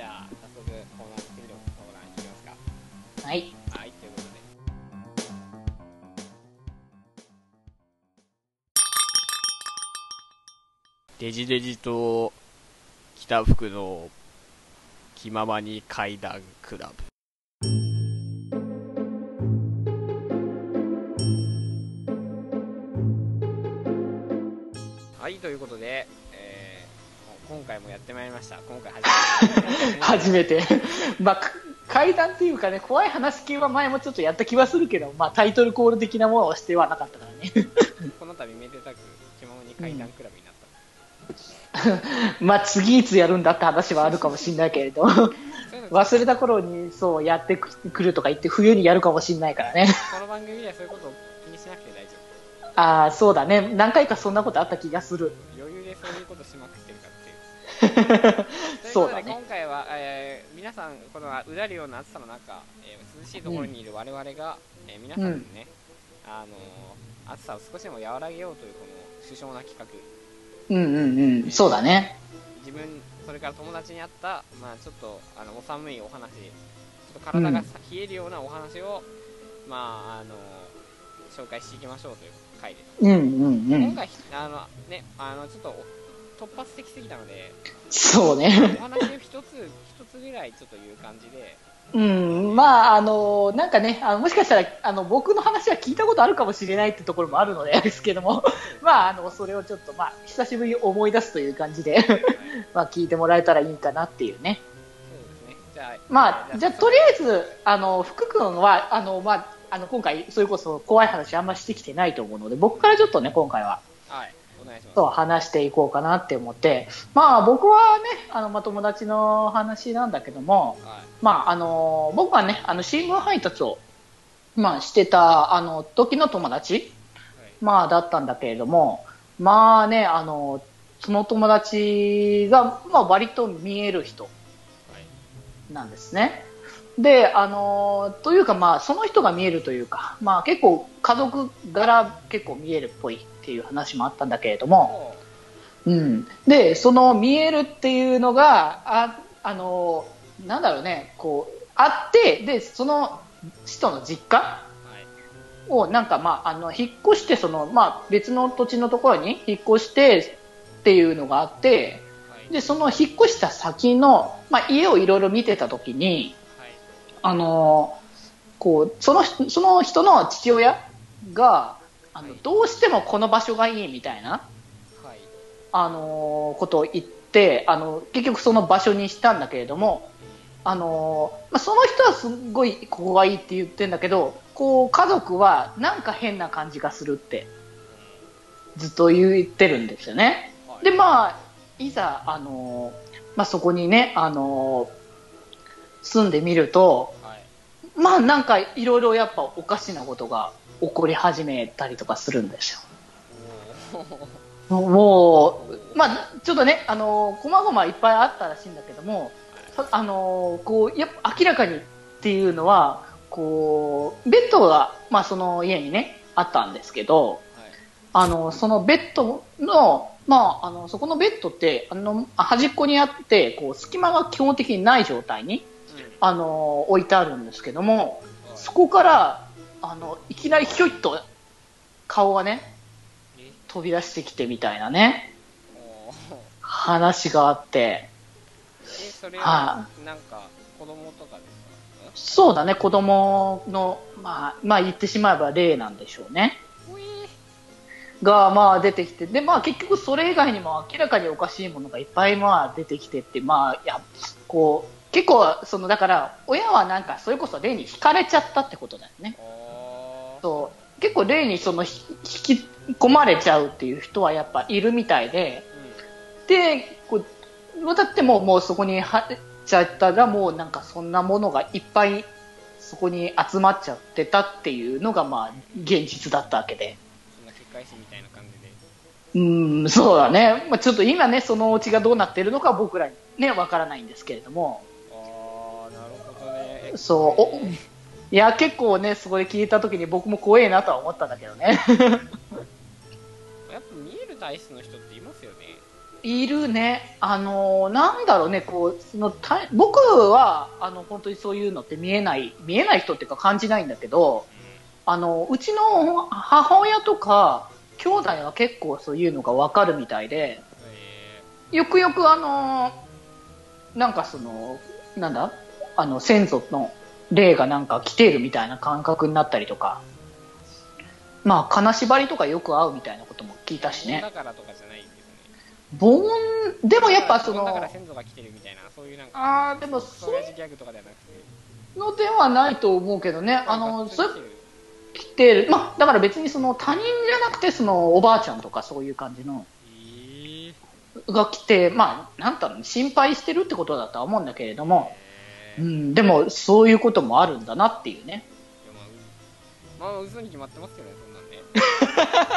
Speaker 1: ーナー次のコーナーいきますか
Speaker 3: はい。。
Speaker 1: はい、ということで。デジデジと北福の気ままに階段クラブ。はい、ということで、えー、今回もやってまいりました。今回初めて
Speaker 3: 初めて。 まあ、か怪談っていうかね、怖い話系は前もちょっとやった気はするけど、まあ、タイトルコール的なものをしてはなかったからね。
Speaker 1: この度めでたく気ままに階段クラブになった。
Speaker 3: まあ、次いつやるんだって話はあるかもしれないけれど、
Speaker 1: そういうの
Speaker 3: 忘れた頃にそうやってくくるとか言って、冬にやるかもしれないからね。
Speaker 1: この番組ではそういうことを気にしなくて大丈
Speaker 3: ああ、そうだね。何回かそんなことあった気がする。
Speaker 1: 夫余裕でそういうことしまくってるからっていうとい
Speaker 3: そうう
Speaker 1: こと
Speaker 3: だ
Speaker 1: で
Speaker 3: ね
Speaker 1: 今回は、えー皆さんこのうだるような暑さの中、えー涼しいところにいる我々が、えー皆さんのね、あのー暑さを少しでも和らげようというこの首相な企画
Speaker 3: うんうんうん。そうだね。
Speaker 1: 自分それから友達にあった、まあ、ちょっとあのお寒いお話ちょっと体が
Speaker 3: うん
Speaker 1: さ冷えるようなお話を、まああのー紹介していきましょうという回です
Speaker 3: うんうんう
Speaker 1: 今
Speaker 3: ん。
Speaker 1: 回ひあのねあのちょっとお突発的すぎたので
Speaker 3: そうね。
Speaker 1: お話を一つ一つぐらいちょっと言う感じで
Speaker 3: うん。まあ、あの、なんかね、あのもしかしたら、あの、僕の話は聞いたことあるかもしれないってところもあるので、あれですけども、 まあ、あの、それをちょっと、まあ、久しぶりに思い出すという感じで、
Speaker 1: はいそうですね
Speaker 3: まあ、聞いてもらえたらいいかなっていうね。
Speaker 1: じゃあ
Speaker 3: ま
Speaker 1: えー
Speaker 3: あ、じゃあ、とりあえず、あの、福君は、あの、まあ、あの、今回、それこそ怖い話あんましてきてないと思うので、僕からちょっとね、今回は、
Speaker 1: はいお願いします
Speaker 3: そう話していこうかなって思って、まあ、僕はね、あの、まあ、友達の話なんだけども、
Speaker 1: はい
Speaker 3: まあ、あの、僕はね、あの、新聞配達を、まあ、してた、あの、時の友達、まあ、だったんだけれども、まあね、あの、その友達が、まあ、割と見える人
Speaker 1: はい
Speaker 3: なんですね。で、あのというか、まあ、その人が見えるというか、まあ、結構、家族柄結構見えるっぽいっていう話もあったんだけれども、
Speaker 1: はい
Speaker 3: うん。で、その見えるっていうのが、あ、あのなんだろうね、こう、あって、で、その人の実家
Speaker 1: はい
Speaker 3: をなんかまああの引っ越してそのまあ別の土地のところに引っ越してっていうのがあって
Speaker 1: はい
Speaker 3: でその引っ越した先のまあ家をいろいろ見てた時に
Speaker 1: はい
Speaker 3: あのこうそのその人の父親があの
Speaker 1: はい
Speaker 3: どうしてもこの場所がいいみたいな
Speaker 1: はい
Speaker 3: あのことを言ってあの結局その場所にしたんだけれどもあの、まあ、その人はすごいここがいいって言ってんだけどこう家族はなんか変な感じがするってずっと言ってるんですよね。
Speaker 1: うんはい
Speaker 3: でまあいざあの、まあ、そこにねあの住んでみると
Speaker 1: はい
Speaker 3: まあなんかいろいろやっぱおかしなことが起こり始めたりとかするんですよ。
Speaker 1: おー
Speaker 3: もう、まあ、ちょっとね、あのー、こまごまいっぱいあったらしいんだけども、たあのー、こう、やっぱ明らかにっていうのは、こう、ベッドが、まあ、その家にね、あったんですけど、
Speaker 1: はい
Speaker 3: あのー、そのベッドの、まあ、あの、そこのベッドって、あの、端っこにあって、こう、隙間が基本的にない状態に、
Speaker 1: うん
Speaker 3: あのー、置いてあるんですけども、
Speaker 1: はい
Speaker 3: そこから、あの、いきなりひょいっと、顔がね、
Speaker 1: え
Speaker 3: 飛び出してきてみたいなね。
Speaker 1: おー
Speaker 3: 話があって、
Speaker 1: えそれ
Speaker 3: は
Speaker 1: はなんか子供とかです
Speaker 3: そうだね、子供の、まあ、まあ言ってしまえば例なんでしょうね。
Speaker 1: かほいー
Speaker 3: が、まあ出てきて、で、まあ結局それ以外にも明らかにおかしいものがいっぱいまあ出てきてって、まあ、いや、こう、結構、その、だから、親はなんか、それこそ例に惹かれちゃったってことだよね。
Speaker 1: おー
Speaker 3: そう。結構例にその、ひ引き込まれちゃうっていう人はやっぱいるみたいで、
Speaker 1: う
Speaker 3: でこうもうだってもうもうそこに入っちゃったらもうなんかそんなものがいっぱいそこに集まっちゃってたっていうのがまあ現実だったわけ
Speaker 1: ん
Speaker 3: で
Speaker 1: そんな結界師みたいな感じで
Speaker 3: うーんそうだね、まあ、ちょっと今ねそのお家がどうなってるのか僕らにねわからないんですけれども
Speaker 1: ああなるほどねえ
Speaker 3: そうお
Speaker 1: えー
Speaker 3: いや結構ねそこで聞いた時に僕も怖えなとは思ったんだけどね
Speaker 1: やっぱ見える体質の人っていますよね
Speaker 3: いるねあのーなんだろうねこうそのた僕はあの本当にそういうのって見えない見えない人っていうか感じないんだけどあのうちの母親とか兄弟は結構そういうのが分かるみたいで
Speaker 1: え
Speaker 3: よくよくあのなんかそのなんだあの先祖の霊がなんか来ているみたいな感覚になったりとかまあ金縛りとかよく合うみたいなことも聞いたし
Speaker 1: ー、
Speaker 3: ね
Speaker 1: だからとかじゃないんですね
Speaker 3: 盆でもやっぱそ
Speaker 1: だから
Speaker 3: の
Speaker 1: 先祖が来てるみたいなそういうなんか
Speaker 3: あーでもそ
Speaker 1: そうれ
Speaker 3: い
Speaker 1: ギャグとかではなくて
Speaker 3: うのではないと思うけどねあのそれ
Speaker 1: なんか来てる
Speaker 3: 来てるまあだから別にその他人じゃなくてそのおばあちゃんとかそういう感じの。
Speaker 1: えー
Speaker 3: が来て、まあ、なんだろうね心配してるってことだとは思うんだけれども、
Speaker 1: え
Speaker 3: う
Speaker 1: ー
Speaker 3: ん、でも、そういうこともあるんだなっていうね。
Speaker 1: いやまあうまあまあ嘘に決まってますけどねそんなんね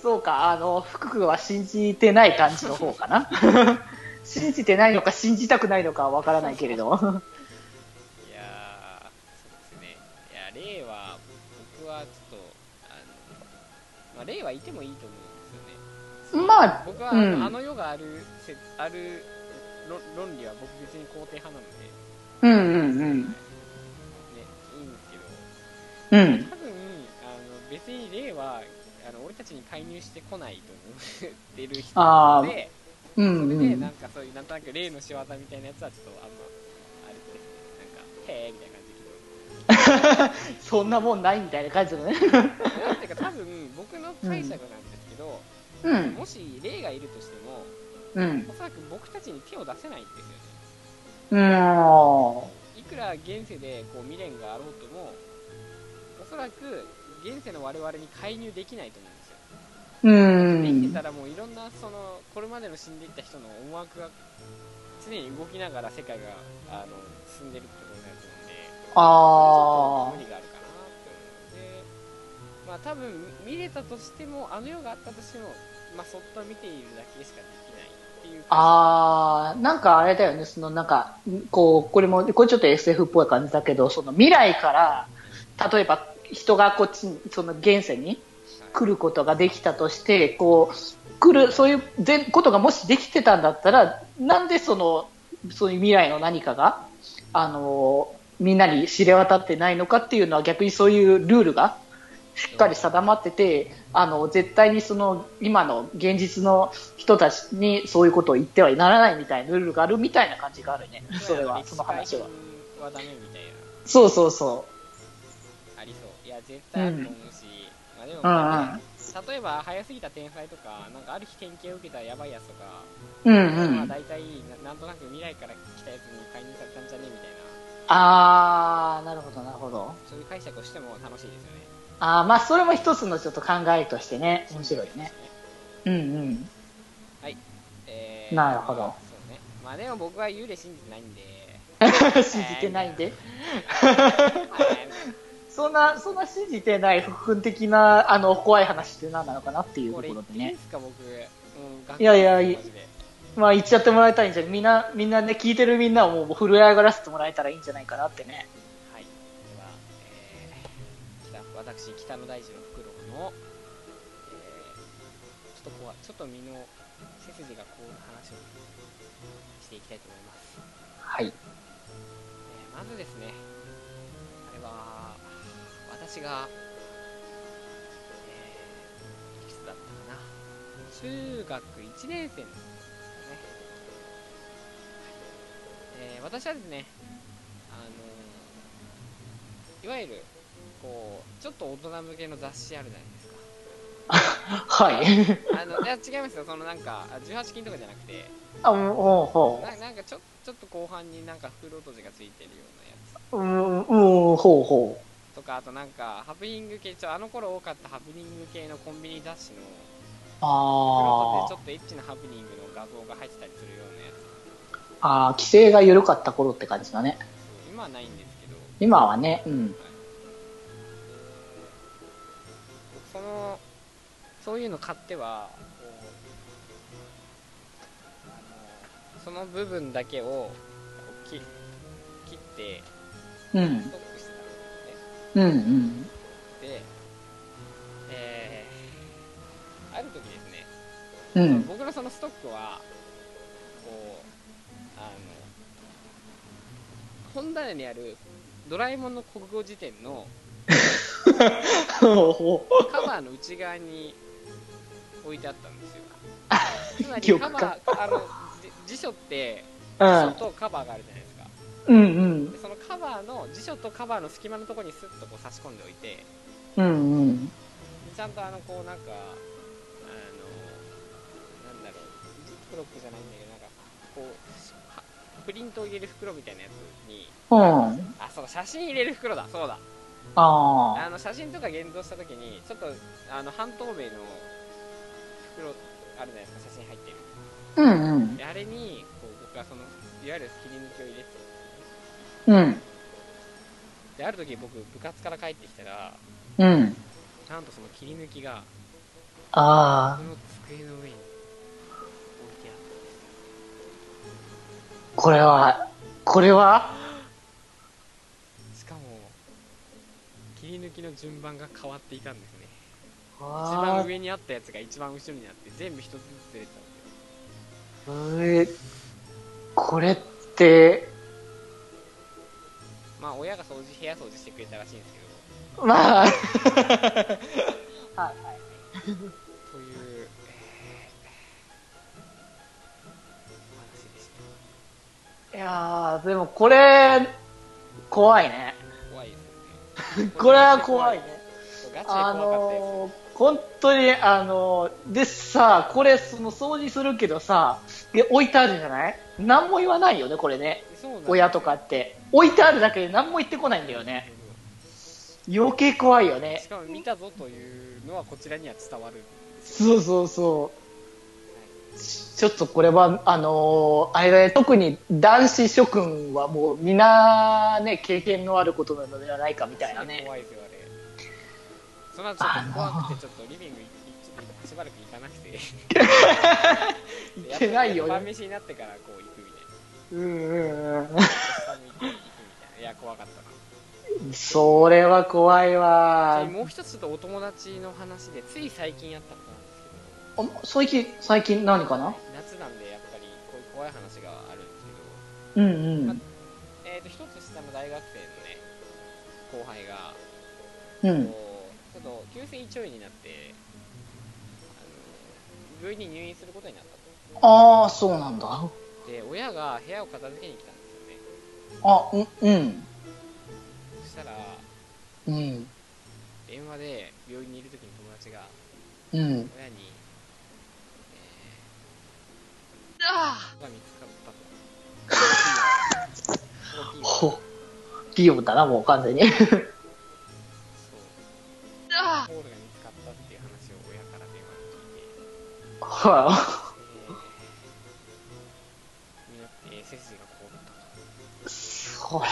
Speaker 3: そうか、あの、福君は信じてない感じの方か な。信じてないのか信じたくないのかはわからないけれど。
Speaker 1: いやー、そうですね。いや、例は、僕はちょっと、あの、まあ、例はいてもいいと思うんですよね。
Speaker 3: まあ
Speaker 1: 僕は、あの
Speaker 3: うん
Speaker 1: あの世がある説、ある論論理は僕別に肯定派なので、
Speaker 3: うんうんうん。
Speaker 1: ね、いいんですけど、
Speaker 3: うん。
Speaker 1: 多分、あの、別に例は、あの、俺たちに介入してこないと思ってる人なので、
Speaker 3: う
Speaker 1: そ
Speaker 3: ん
Speaker 1: れ
Speaker 3: う
Speaker 1: で、なん
Speaker 3: ん。
Speaker 1: かそういう、なんとなく例の仕業みたいなやつはちょっと、あんま、あれですね、なんか、へーみたいな感じで聞いてます
Speaker 3: そんなもんないみたいな感じだね。
Speaker 1: なんていうか多分僕の解釈なんですけど、
Speaker 3: うん。
Speaker 1: もし霊がいるとしても
Speaker 3: うん。
Speaker 1: おそらく僕たちに手を出せないんですよね
Speaker 3: うーん。
Speaker 1: いくら現世でこう未練があろうともおそらく現世の我々に介入できないと思うんですよ
Speaker 3: う
Speaker 1: 生きて
Speaker 3: ん
Speaker 1: た。らもういろんなそのこれまでの死んでいった人の思惑が常に動きながら世界があの進んでるってことになると思うんでそれちょっと無理が
Speaker 3: あ
Speaker 1: あるかなって思うのでまあ多分見れたとしてもあの世があったとしてもまあそっと見ているだけしかできないっていう感
Speaker 3: あー、なんかあれだよね、そのなんか、こう、これも、これちょっと SF っぽい感じだけど、その未来から、例えば人がこっちに、その現世に
Speaker 1: じ
Speaker 3: 来ることができたとして、こう、来る、そういう全ことがもしできてたんだったら、なんでその、そういう未来の何かが、あの、みんなに知れ渡ってないのかっていうのは逆にそういうルールがしっかり定まってて、あの、絶対にその、今の現実の人たちにそういうことを言ってはならないみたいなルールがあるみたいな感じがあるね。それは、その話は。
Speaker 1: はダメみたいな
Speaker 3: そうそうそ
Speaker 1: ありそういや絶対あると思うし、まあでも、
Speaker 3: う。うん
Speaker 1: 例えば早すぎた天才とかなんかある日典型を受けたやばいやつとか、
Speaker 3: うん。う
Speaker 1: まあ
Speaker 3: んうん。
Speaker 1: 大体ななんとなく未来から来たやつに介入されたんじゃねみたいな
Speaker 3: あー、なるほど、なるほど。
Speaker 1: そういう解釈をしても楽しいですよね
Speaker 3: あーまあそれも一つのちょっと考えとしてね面白いねうんうん
Speaker 1: えー
Speaker 3: なるほど
Speaker 1: まあそうねまあでも僕は幽霊信じてないんで
Speaker 3: 信じてないんでそんなそんな信じてない普遍的なあの怖い話って何なのかなっていう
Speaker 1: ことれ
Speaker 3: こ
Speaker 1: 言
Speaker 3: ろ
Speaker 1: って
Speaker 3: で
Speaker 1: いい
Speaker 3: ね
Speaker 1: ですか僕、うん、
Speaker 3: いやいやいい
Speaker 1: マジで
Speaker 3: まあ言っちゃってもらいたいんじゃみんなみんなね聞いてるみんなをもう震え上がらせてもらえたらいいんじゃないかなってね
Speaker 1: はいでは、えー、北私北の大地のフクロウの、えー、ちょっと怖いちょっと身の背筋がこう話をしていきたいと思います
Speaker 3: はい
Speaker 1: えーまずですね、あれは、私が、えーいくつだったかな、中学1年生の時ですかね。えー私はですね、あのーいわゆる、こう、ちょっと大人向けの雑誌あるじゃないですか。
Speaker 3: はい
Speaker 1: あの、いや、違いますよ、そのなんか、あ18禁とかじゃなくて、
Speaker 3: あうんほうほ
Speaker 1: ななんかちょちょっと後半になんか袋閉じがついてるようなやつ。
Speaker 3: ううんうんほうほう
Speaker 1: とかあとなんかハプニング系ちょあの頃多かったハプニング系のコンビニ雑誌の黒
Speaker 3: あ
Speaker 1: とでちょっとエッチなハプニングの画像が入ってたりするようなやつ
Speaker 3: ーあー規制が緩かった頃って感じだね
Speaker 1: 今はないんですけど
Speaker 3: 今はねうん
Speaker 1: そのそういうの買ってはこうあのその部分だけをこう切切って
Speaker 3: うん
Speaker 1: ストックしてたんですね
Speaker 3: うんうん
Speaker 1: で、えー、ある時ですね
Speaker 3: うん
Speaker 1: 僕のそのストックはこうあの本棚にあるドラえもんの国語辞典の
Speaker 3: ほうほう
Speaker 1: カバーの内側に置いてあったんですよつま
Speaker 3: 記
Speaker 1: り
Speaker 3: 憶
Speaker 1: カ
Speaker 3: か
Speaker 1: バーあのじ辞書って
Speaker 3: う
Speaker 1: 辞書
Speaker 3: ん
Speaker 1: とカバーがあるじゃないですか
Speaker 3: うんうん
Speaker 1: でそのカバーの辞書とカバーの隙間のところにスッとこう差し込んでおいて
Speaker 3: うんうん
Speaker 1: ちゃんとあのこうなんかあのなんだろうジップロックじゃないんだけどなんかこうはプリントを入れる袋みたいなやつに
Speaker 3: うん。
Speaker 1: あそう写真入れる袋だそうだ
Speaker 3: ああ。
Speaker 1: あの写真とか現像した時にちょっとあの半透明の袋あるじゃないですか写真入ってる
Speaker 3: うんうん。
Speaker 1: であれにこう僕はそのいわゆる切り抜きを入れて
Speaker 3: うん。
Speaker 1: である時僕部活から帰ってきたら
Speaker 3: うん。
Speaker 1: なんとその切り抜きが
Speaker 3: ああ
Speaker 1: こ。の机の上に置いてある
Speaker 3: これは、これは
Speaker 1: しかも切り抜きの順番が変わっていたんですね一番
Speaker 3: あ
Speaker 1: 上にあったやつが一番後ろにあって全部一つずつ出てたん
Speaker 3: ーえーこれって、
Speaker 1: ですまあ親が掃除部屋掃除してくれたらしいんですけど
Speaker 3: まあ、
Speaker 1: という、えー、お話でした
Speaker 3: いやーでもこれ、怖いね。
Speaker 1: 怖いですよね
Speaker 3: これは怖いね。
Speaker 1: ガチで怖かったです、
Speaker 3: あのー、本当に、あの、でさ、これ、その掃除するけどさ、で置いてあるじゃない何も言わないよね、これね。
Speaker 1: そうなんだ
Speaker 3: 親とかって。置いてあるだけで何も言ってこないんだよね。余計怖いよね
Speaker 1: し。かも見たぞというのはこちらには伝わる
Speaker 3: そうそうそう。ちちょっとこれは、あのーあれだね、特に男子諸君はもう皆ね、経験のあることなのではないかみたいなね。
Speaker 1: 怖いですよあれその後ちょっと怖くてちょっとリビング行きしばらく行かな くて
Speaker 3: いけないよ
Speaker 1: やっぱり晩
Speaker 3: ね。
Speaker 1: 飯になってからこう行くみたいな
Speaker 3: うんうんう
Speaker 1: 下向
Speaker 3: ん。
Speaker 1: いて行くみたいないや怖かったな
Speaker 3: それは怖いわ
Speaker 1: で。もう一つちょっとお友達の話でつい最近あったことなんですけど
Speaker 3: あ最近、最近何かな
Speaker 1: 夏なんでやっぱりこういう怖い話があるんですけど
Speaker 3: うんうん。
Speaker 1: えー、と一つ下の大学生のね後輩がこ
Speaker 3: う。
Speaker 1: うんちょっと急性胃腸炎になってあの病院に入院することになった
Speaker 3: ああ、そうなんだ。あ、
Speaker 1: とで親が部屋を片付けに来たんですよね
Speaker 3: うん、うん。
Speaker 1: そしたら
Speaker 3: うん。
Speaker 1: 電話で病院にいる時に友達が
Speaker 3: うん。
Speaker 1: 親に「えー、が見つかった」と大きいよ大きいよ
Speaker 3: ほ、 リオンだな、もう完全に。
Speaker 1: そうホールが見つかったっていう話を親から電話で聞いてえ
Speaker 3: は
Speaker 1: ーになって背筋が凍ったと
Speaker 3: い。それ。
Speaker 1: これ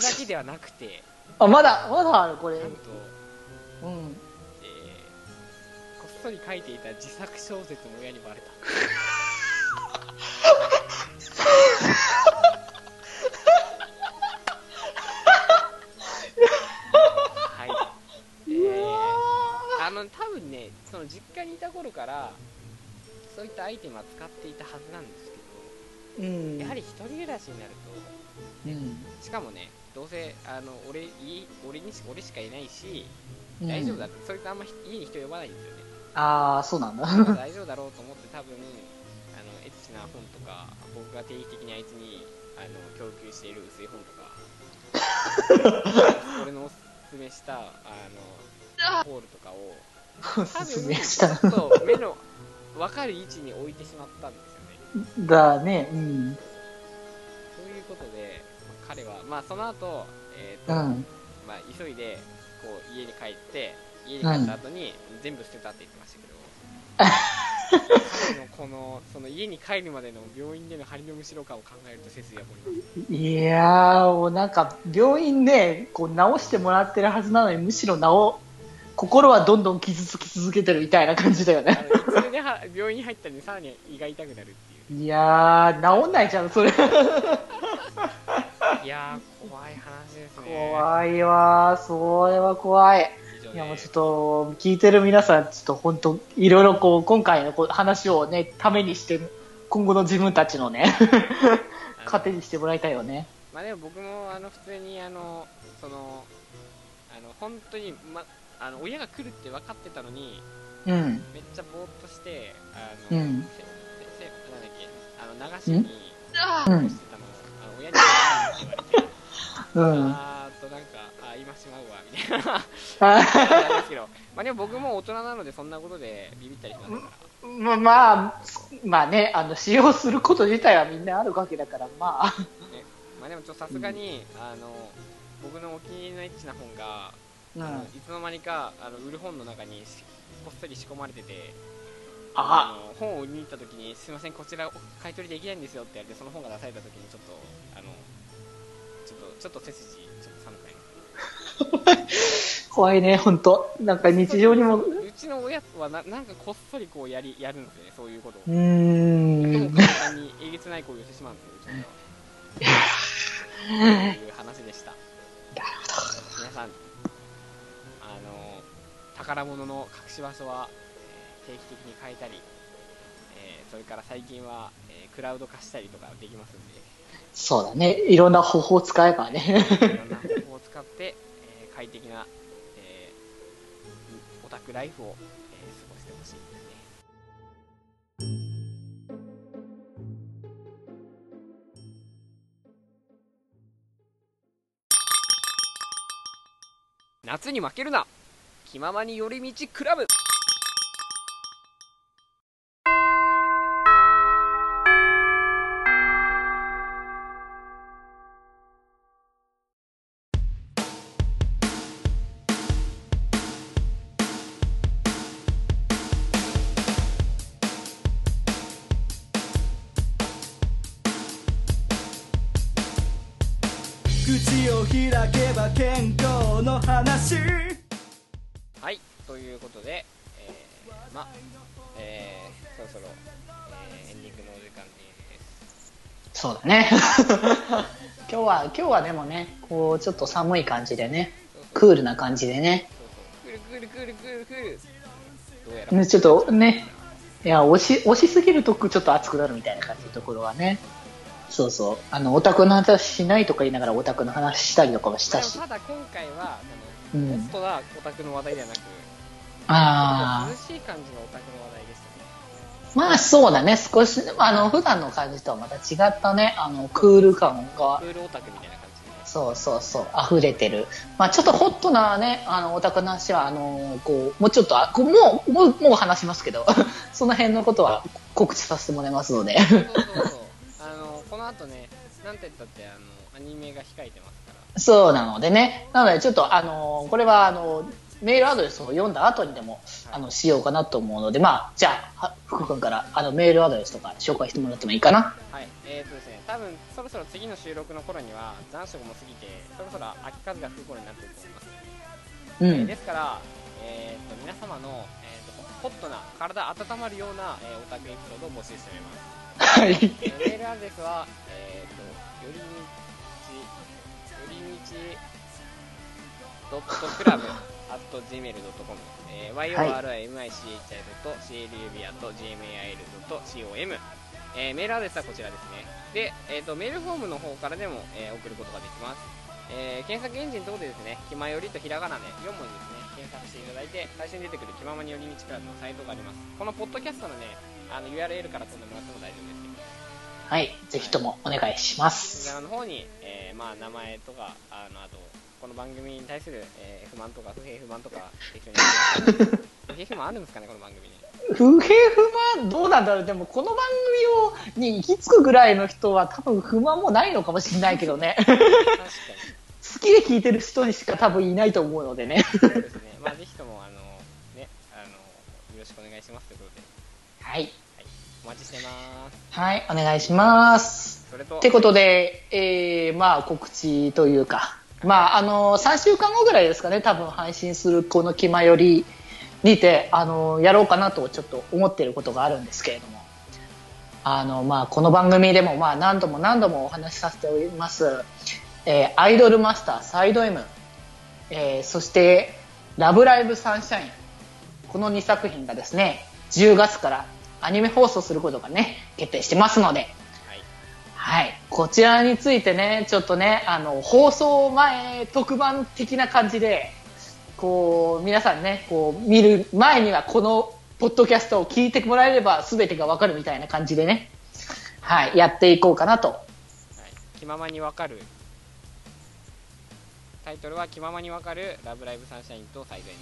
Speaker 1: だけではなくて
Speaker 3: あ、まだ、まだある、これ。
Speaker 1: な
Speaker 3: うんん
Speaker 1: と、。えー、こっそり書いていた自作小説も親にバレたはいえー、あの多分ねその実家にいた頃からそういったアイテムは使っていたはずなんですけど
Speaker 3: うん。
Speaker 1: やはり一人暮らしになる
Speaker 3: うん。
Speaker 1: と、しかもね、どうせあの俺いい俺にし俺しかいないし、
Speaker 3: うん
Speaker 1: 大丈夫だって、そいつあんまひ家に人呼ばないんですよね。
Speaker 3: ああ、そうなんだ。
Speaker 1: だから大丈夫だろうと思って、多分あのエッチな本とか、僕が定期的にあいつにあの供給している薄い本とか、 俺のおすすめしたあのホールとかを、
Speaker 3: お
Speaker 1: 多
Speaker 3: すすめ
Speaker 1: 分
Speaker 3: し
Speaker 1: ちょ
Speaker 3: た。
Speaker 1: っと目の分かる位置に置いてしまったんですよね。
Speaker 3: だね、うん。
Speaker 1: ということで、まあ彼は、まあ、その後、えー
Speaker 3: う
Speaker 1: と
Speaker 3: ん。
Speaker 1: まあ、急いでこう家に帰って家に帰った後に全部捨てたって言ってましたけ ど、彼のこのその家に帰るまでの病院での張りのむしろ感を考えると背筋が凝りま
Speaker 3: いやー、もうなんか、病院で、こう、治してもらってるはずなのに、むしろ治、心はどんどん傷つき続けてるみたいな感じだよね。
Speaker 1: すあのそれでは病院に入ったのにさらに胃が痛くなるってい
Speaker 3: いやー、治んないじゃん、それ。
Speaker 1: ういやー怖い話ですね
Speaker 3: 怖いわー、それは怖い。
Speaker 1: 以上
Speaker 3: いや、もう
Speaker 1: で
Speaker 3: ちょっ
Speaker 1: す
Speaker 3: と、聞いてる皆さん、ちょっと本当、いろいろこう、今回のこう話をね、ためにして、今後の自分たちのね、
Speaker 1: あの
Speaker 3: 糧にしてもらいたいよね。
Speaker 1: まあでも僕もあの普通にあのそのあの本当に、ま、あの親が来るって分かってたのに
Speaker 3: うん。
Speaker 1: めっちゃぼーっとしてあの、
Speaker 3: うん
Speaker 1: せせなんだっけあの流しに
Speaker 3: う
Speaker 1: 流
Speaker 3: ん
Speaker 1: してたのをあの親に言われて、
Speaker 3: うん。
Speaker 1: あ
Speaker 3: あ
Speaker 1: ーっとなんかあ今しまうわみたいな感
Speaker 3: ー
Speaker 1: じなんです けどまあでも僕も大人なのでそんなことでビビったりしませんから
Speaker 3: ままあ、まあね、あの、使用すること自体はみんなあるわけだから、まあ。
Speaker 1: まあでもちょっとさすがに、あの僕のお気に入りのエッチな本が、
Speaker 3: うん。
Speaker 1: あの
Speaker 3: あ
Speaker 1: いつの間にかあの売る本の中にしこっそり仕込まれてて
Speaker 3: あ、
Speaker 1: の本を売りに行った時に「すいませんこちらお買い取りできないんですよ」って言われてその本が出された時にちょっとあのちょっとちょっと背筋ちょっと寒くなりまし
Speaker 3: 怖いね、本当なんか日常にも、う
Speaker 1: たうちの親はななんかこっそりこうやりやるんですよねそういうことを
Speaker 3: ー
Speaker 1: でも
Speaker 3: ん。
Speaker 1: 簡単にえげつない行為をしてしまうんですようちの親はという話でした皆さんあの宝物の隠し場所は、えー定期的に変えたり、えーそれから最近は、えークラウド化したりとかできますんで
Speaker 3: そうだね。いろんな方法を使えばね。
Speaker 1: いろんな方法を使って、えー快適な、えーオタクライフを、えー過ごしてほしいですね。夏に負けるな気ままに寄り道クラブ
Speaker 4: 口を開けば健康の話
Speaker 1: はいということで、えー、まあえー、そろそろ、えーエンディングのお時間です
Speaker 3: そうだね。 今日は、今日はでもね、こう、ちょっと寒い感じでね、クールな感じでね。
Speaker 1: そうそうくるくるくるくるくるどうやら
Speaker 3: ねちょっとね、いや、押し、押しすぎるとちょっと熱くなるみたいな感じのところはね。そうそう。あの、オタクの話しないとか言いながらオタクの話したりとかもした
Speaker 1: でも
Speaker 3: し。
Speaker 1: ただ今回はそうのホ
Speaker 3: ん
Speaker 1: ッ。トなオタクの話題ではなく、
Speaker 3: ああ。
Speaker 1: 涼しい感じのオタクの話題でしたね
Speaker 3: まあそうだね。少し、あの、普段の感じとはまた違ったね。あの、クール感が
Speaker 1: ク、ールオタクみたいな感じで
Speaker 3: そうそうそう、溢れてる。まあちょっとホットなね、あの、オタクの話は、あの、こう、もうちょっと、あこうもう、もう、もう話しますけど、 その辺のことは告知させてもらいますので。
Speaker 1: そうそうそうあのこの後ねなんて言ったってあのアニメが控えてますから
Speaker 3: そうなのでね。なので、ちょっと、あの、これは、あの、メールアドレスを読んだ後にでも、あの、しようかなと思うので、まあ、じゃあ、は福君から、あの、メールアドレスとか紹介してもらってもいいかな。
Speaker 1: はいえーとですね多分そろそろ次の収録の頃には残暑も過ぎてそろそろ秋風が吹く頃になってると思います、
Speaker 3: う
Speaker 1: えー
Speaker 3: ん
Speaker 1: で。すから、えー、と皆様の、えー、とホットな体温まるような、えーオタクエピソードを募集しております
Speaker 3: はい。
Speaker 1: えーメールアドレスは、えー、と、よりみち、よりみち、ドットクラブ、アット gmail.com、えー、yorimichi.club、アット gmail.com、えー、メールアドレスはこちらですね。で、えっ、と、メールフォームの方からでも、えー送ることができます。えー検索エンジン等でですね、気まよりとひらがなで4文字ですね、検索していただいて、最初に出てくる気ままによりみちクラブのサイトがあります。このポッドキャストのね、あの URL から飛んでもらっても大丈夫ですけど。
Speaker 3: はい。ぜひともお願いしま
Speaker 1: こ
Speaker 3: す
Speaker 1: ち。らの方に、えーまあ、名前とかあのあとこの番組に対する、えー不満とか不平不満とか適当に言ってください不平不満あるんですかねこの番組に
Speaker 3: 不平不満どうなんだろうでもこの番組をに行き着くぐらいの人は多分不満もないのかもしれないけど ね
Speaker 1: 確か
Speaker 3: 好きで聞いてる人にしか多分いないと思うのでね
Speaker 1: にそうですねまあぜひともあのねあのよろしくお願いしますということで
Speaker 3: はい
Speaker 1: お待ちしてます
Speaker 3: はいお願いします
Speaker 1: それと
Speaker 3: ってことで、えー、まあ告知というかまああの3週間後ぐらいですかね多分配信するこの「気まより」にてあのやろうかなとちょっと思ってることがあるんですけれどもあの、まあ、この番組でも、まあ、何度も何度もお話しさせております、えーアイドルマスターサイド M、えーそして「ラブライブサンシャイン」この2作品がですね10月からアニメ放送することがね決定してますので、
Speaker 1: はい
Speaker 3: はい、こちらについてね、ちょっとね、あの放送前特番的な感じで、こう皆さんね、こう見る前にはこのポッドキャストを聞いてもらえれば全てがわかるみたいな感じでね、はい、やっていこうかなと。
Speaker 1: はい気ままにわかるタイトルは「気ままにわかるラブライブサンシャイン」と「サイドエン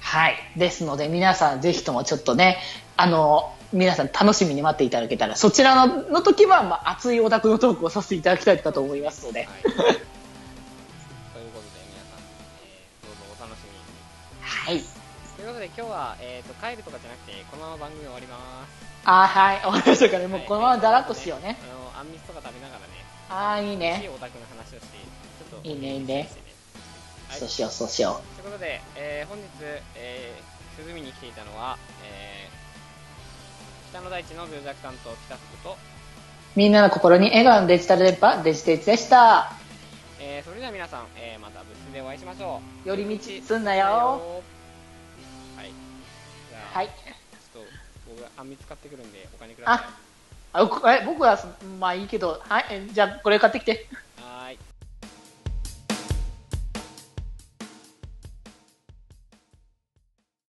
Speaker 3: はい、ですので皆さんぜひともちょっとね、あの皆さん楽しみに待っていただけたら、そちらのの時はまあ熱いオタクのトークをさせていただきたいかと思いますので、
Speaker 1: はいということで皆さん、えーどうぞお楽しみに
Speaker 3: はい、
Speaker 1: ということで今日は、えー、と帰るとかじゃなくてこのまま番組終わります
Speaker 3: あーはい、わかりましたかね、もうこのままだらっとしようね。
Speaker 1: あのアンミスとか食べながらね
Speaker 3: ああ、いい
Speaker 1: いい
Speaker 3: ね。
Speaker 1: オタクの話をしてちょっと
Speaker 3: いいねいいね
Speaker 1: はい、とい
Speaker 3: そ
Speaker 1: う
Speaker 3: しよう、そうしよ
Speaker 1: うことで、えー本日、えー、涼みに来ていたのは、えー北の大地の病弱担当北福と、
Speaker 3: う。みんなの心に笑顔のデジタル電波、デジデジでした。
Speaker 1: えーそれでは皆さん、えーまた部室でお会いしましょう
Speaker 3: 寄り道すんな
Speaker 1: だ
Speaker 3: よ。
Speaker 1: はいじゃあ、
Speaker 3: はい。
Speaker 1: ちょっと僕がアンミツ買ってくるんでお金ください
Speaker 3: あ、あこえ僕は、まあいいけど、はい、えじゃあこれ買ってきて。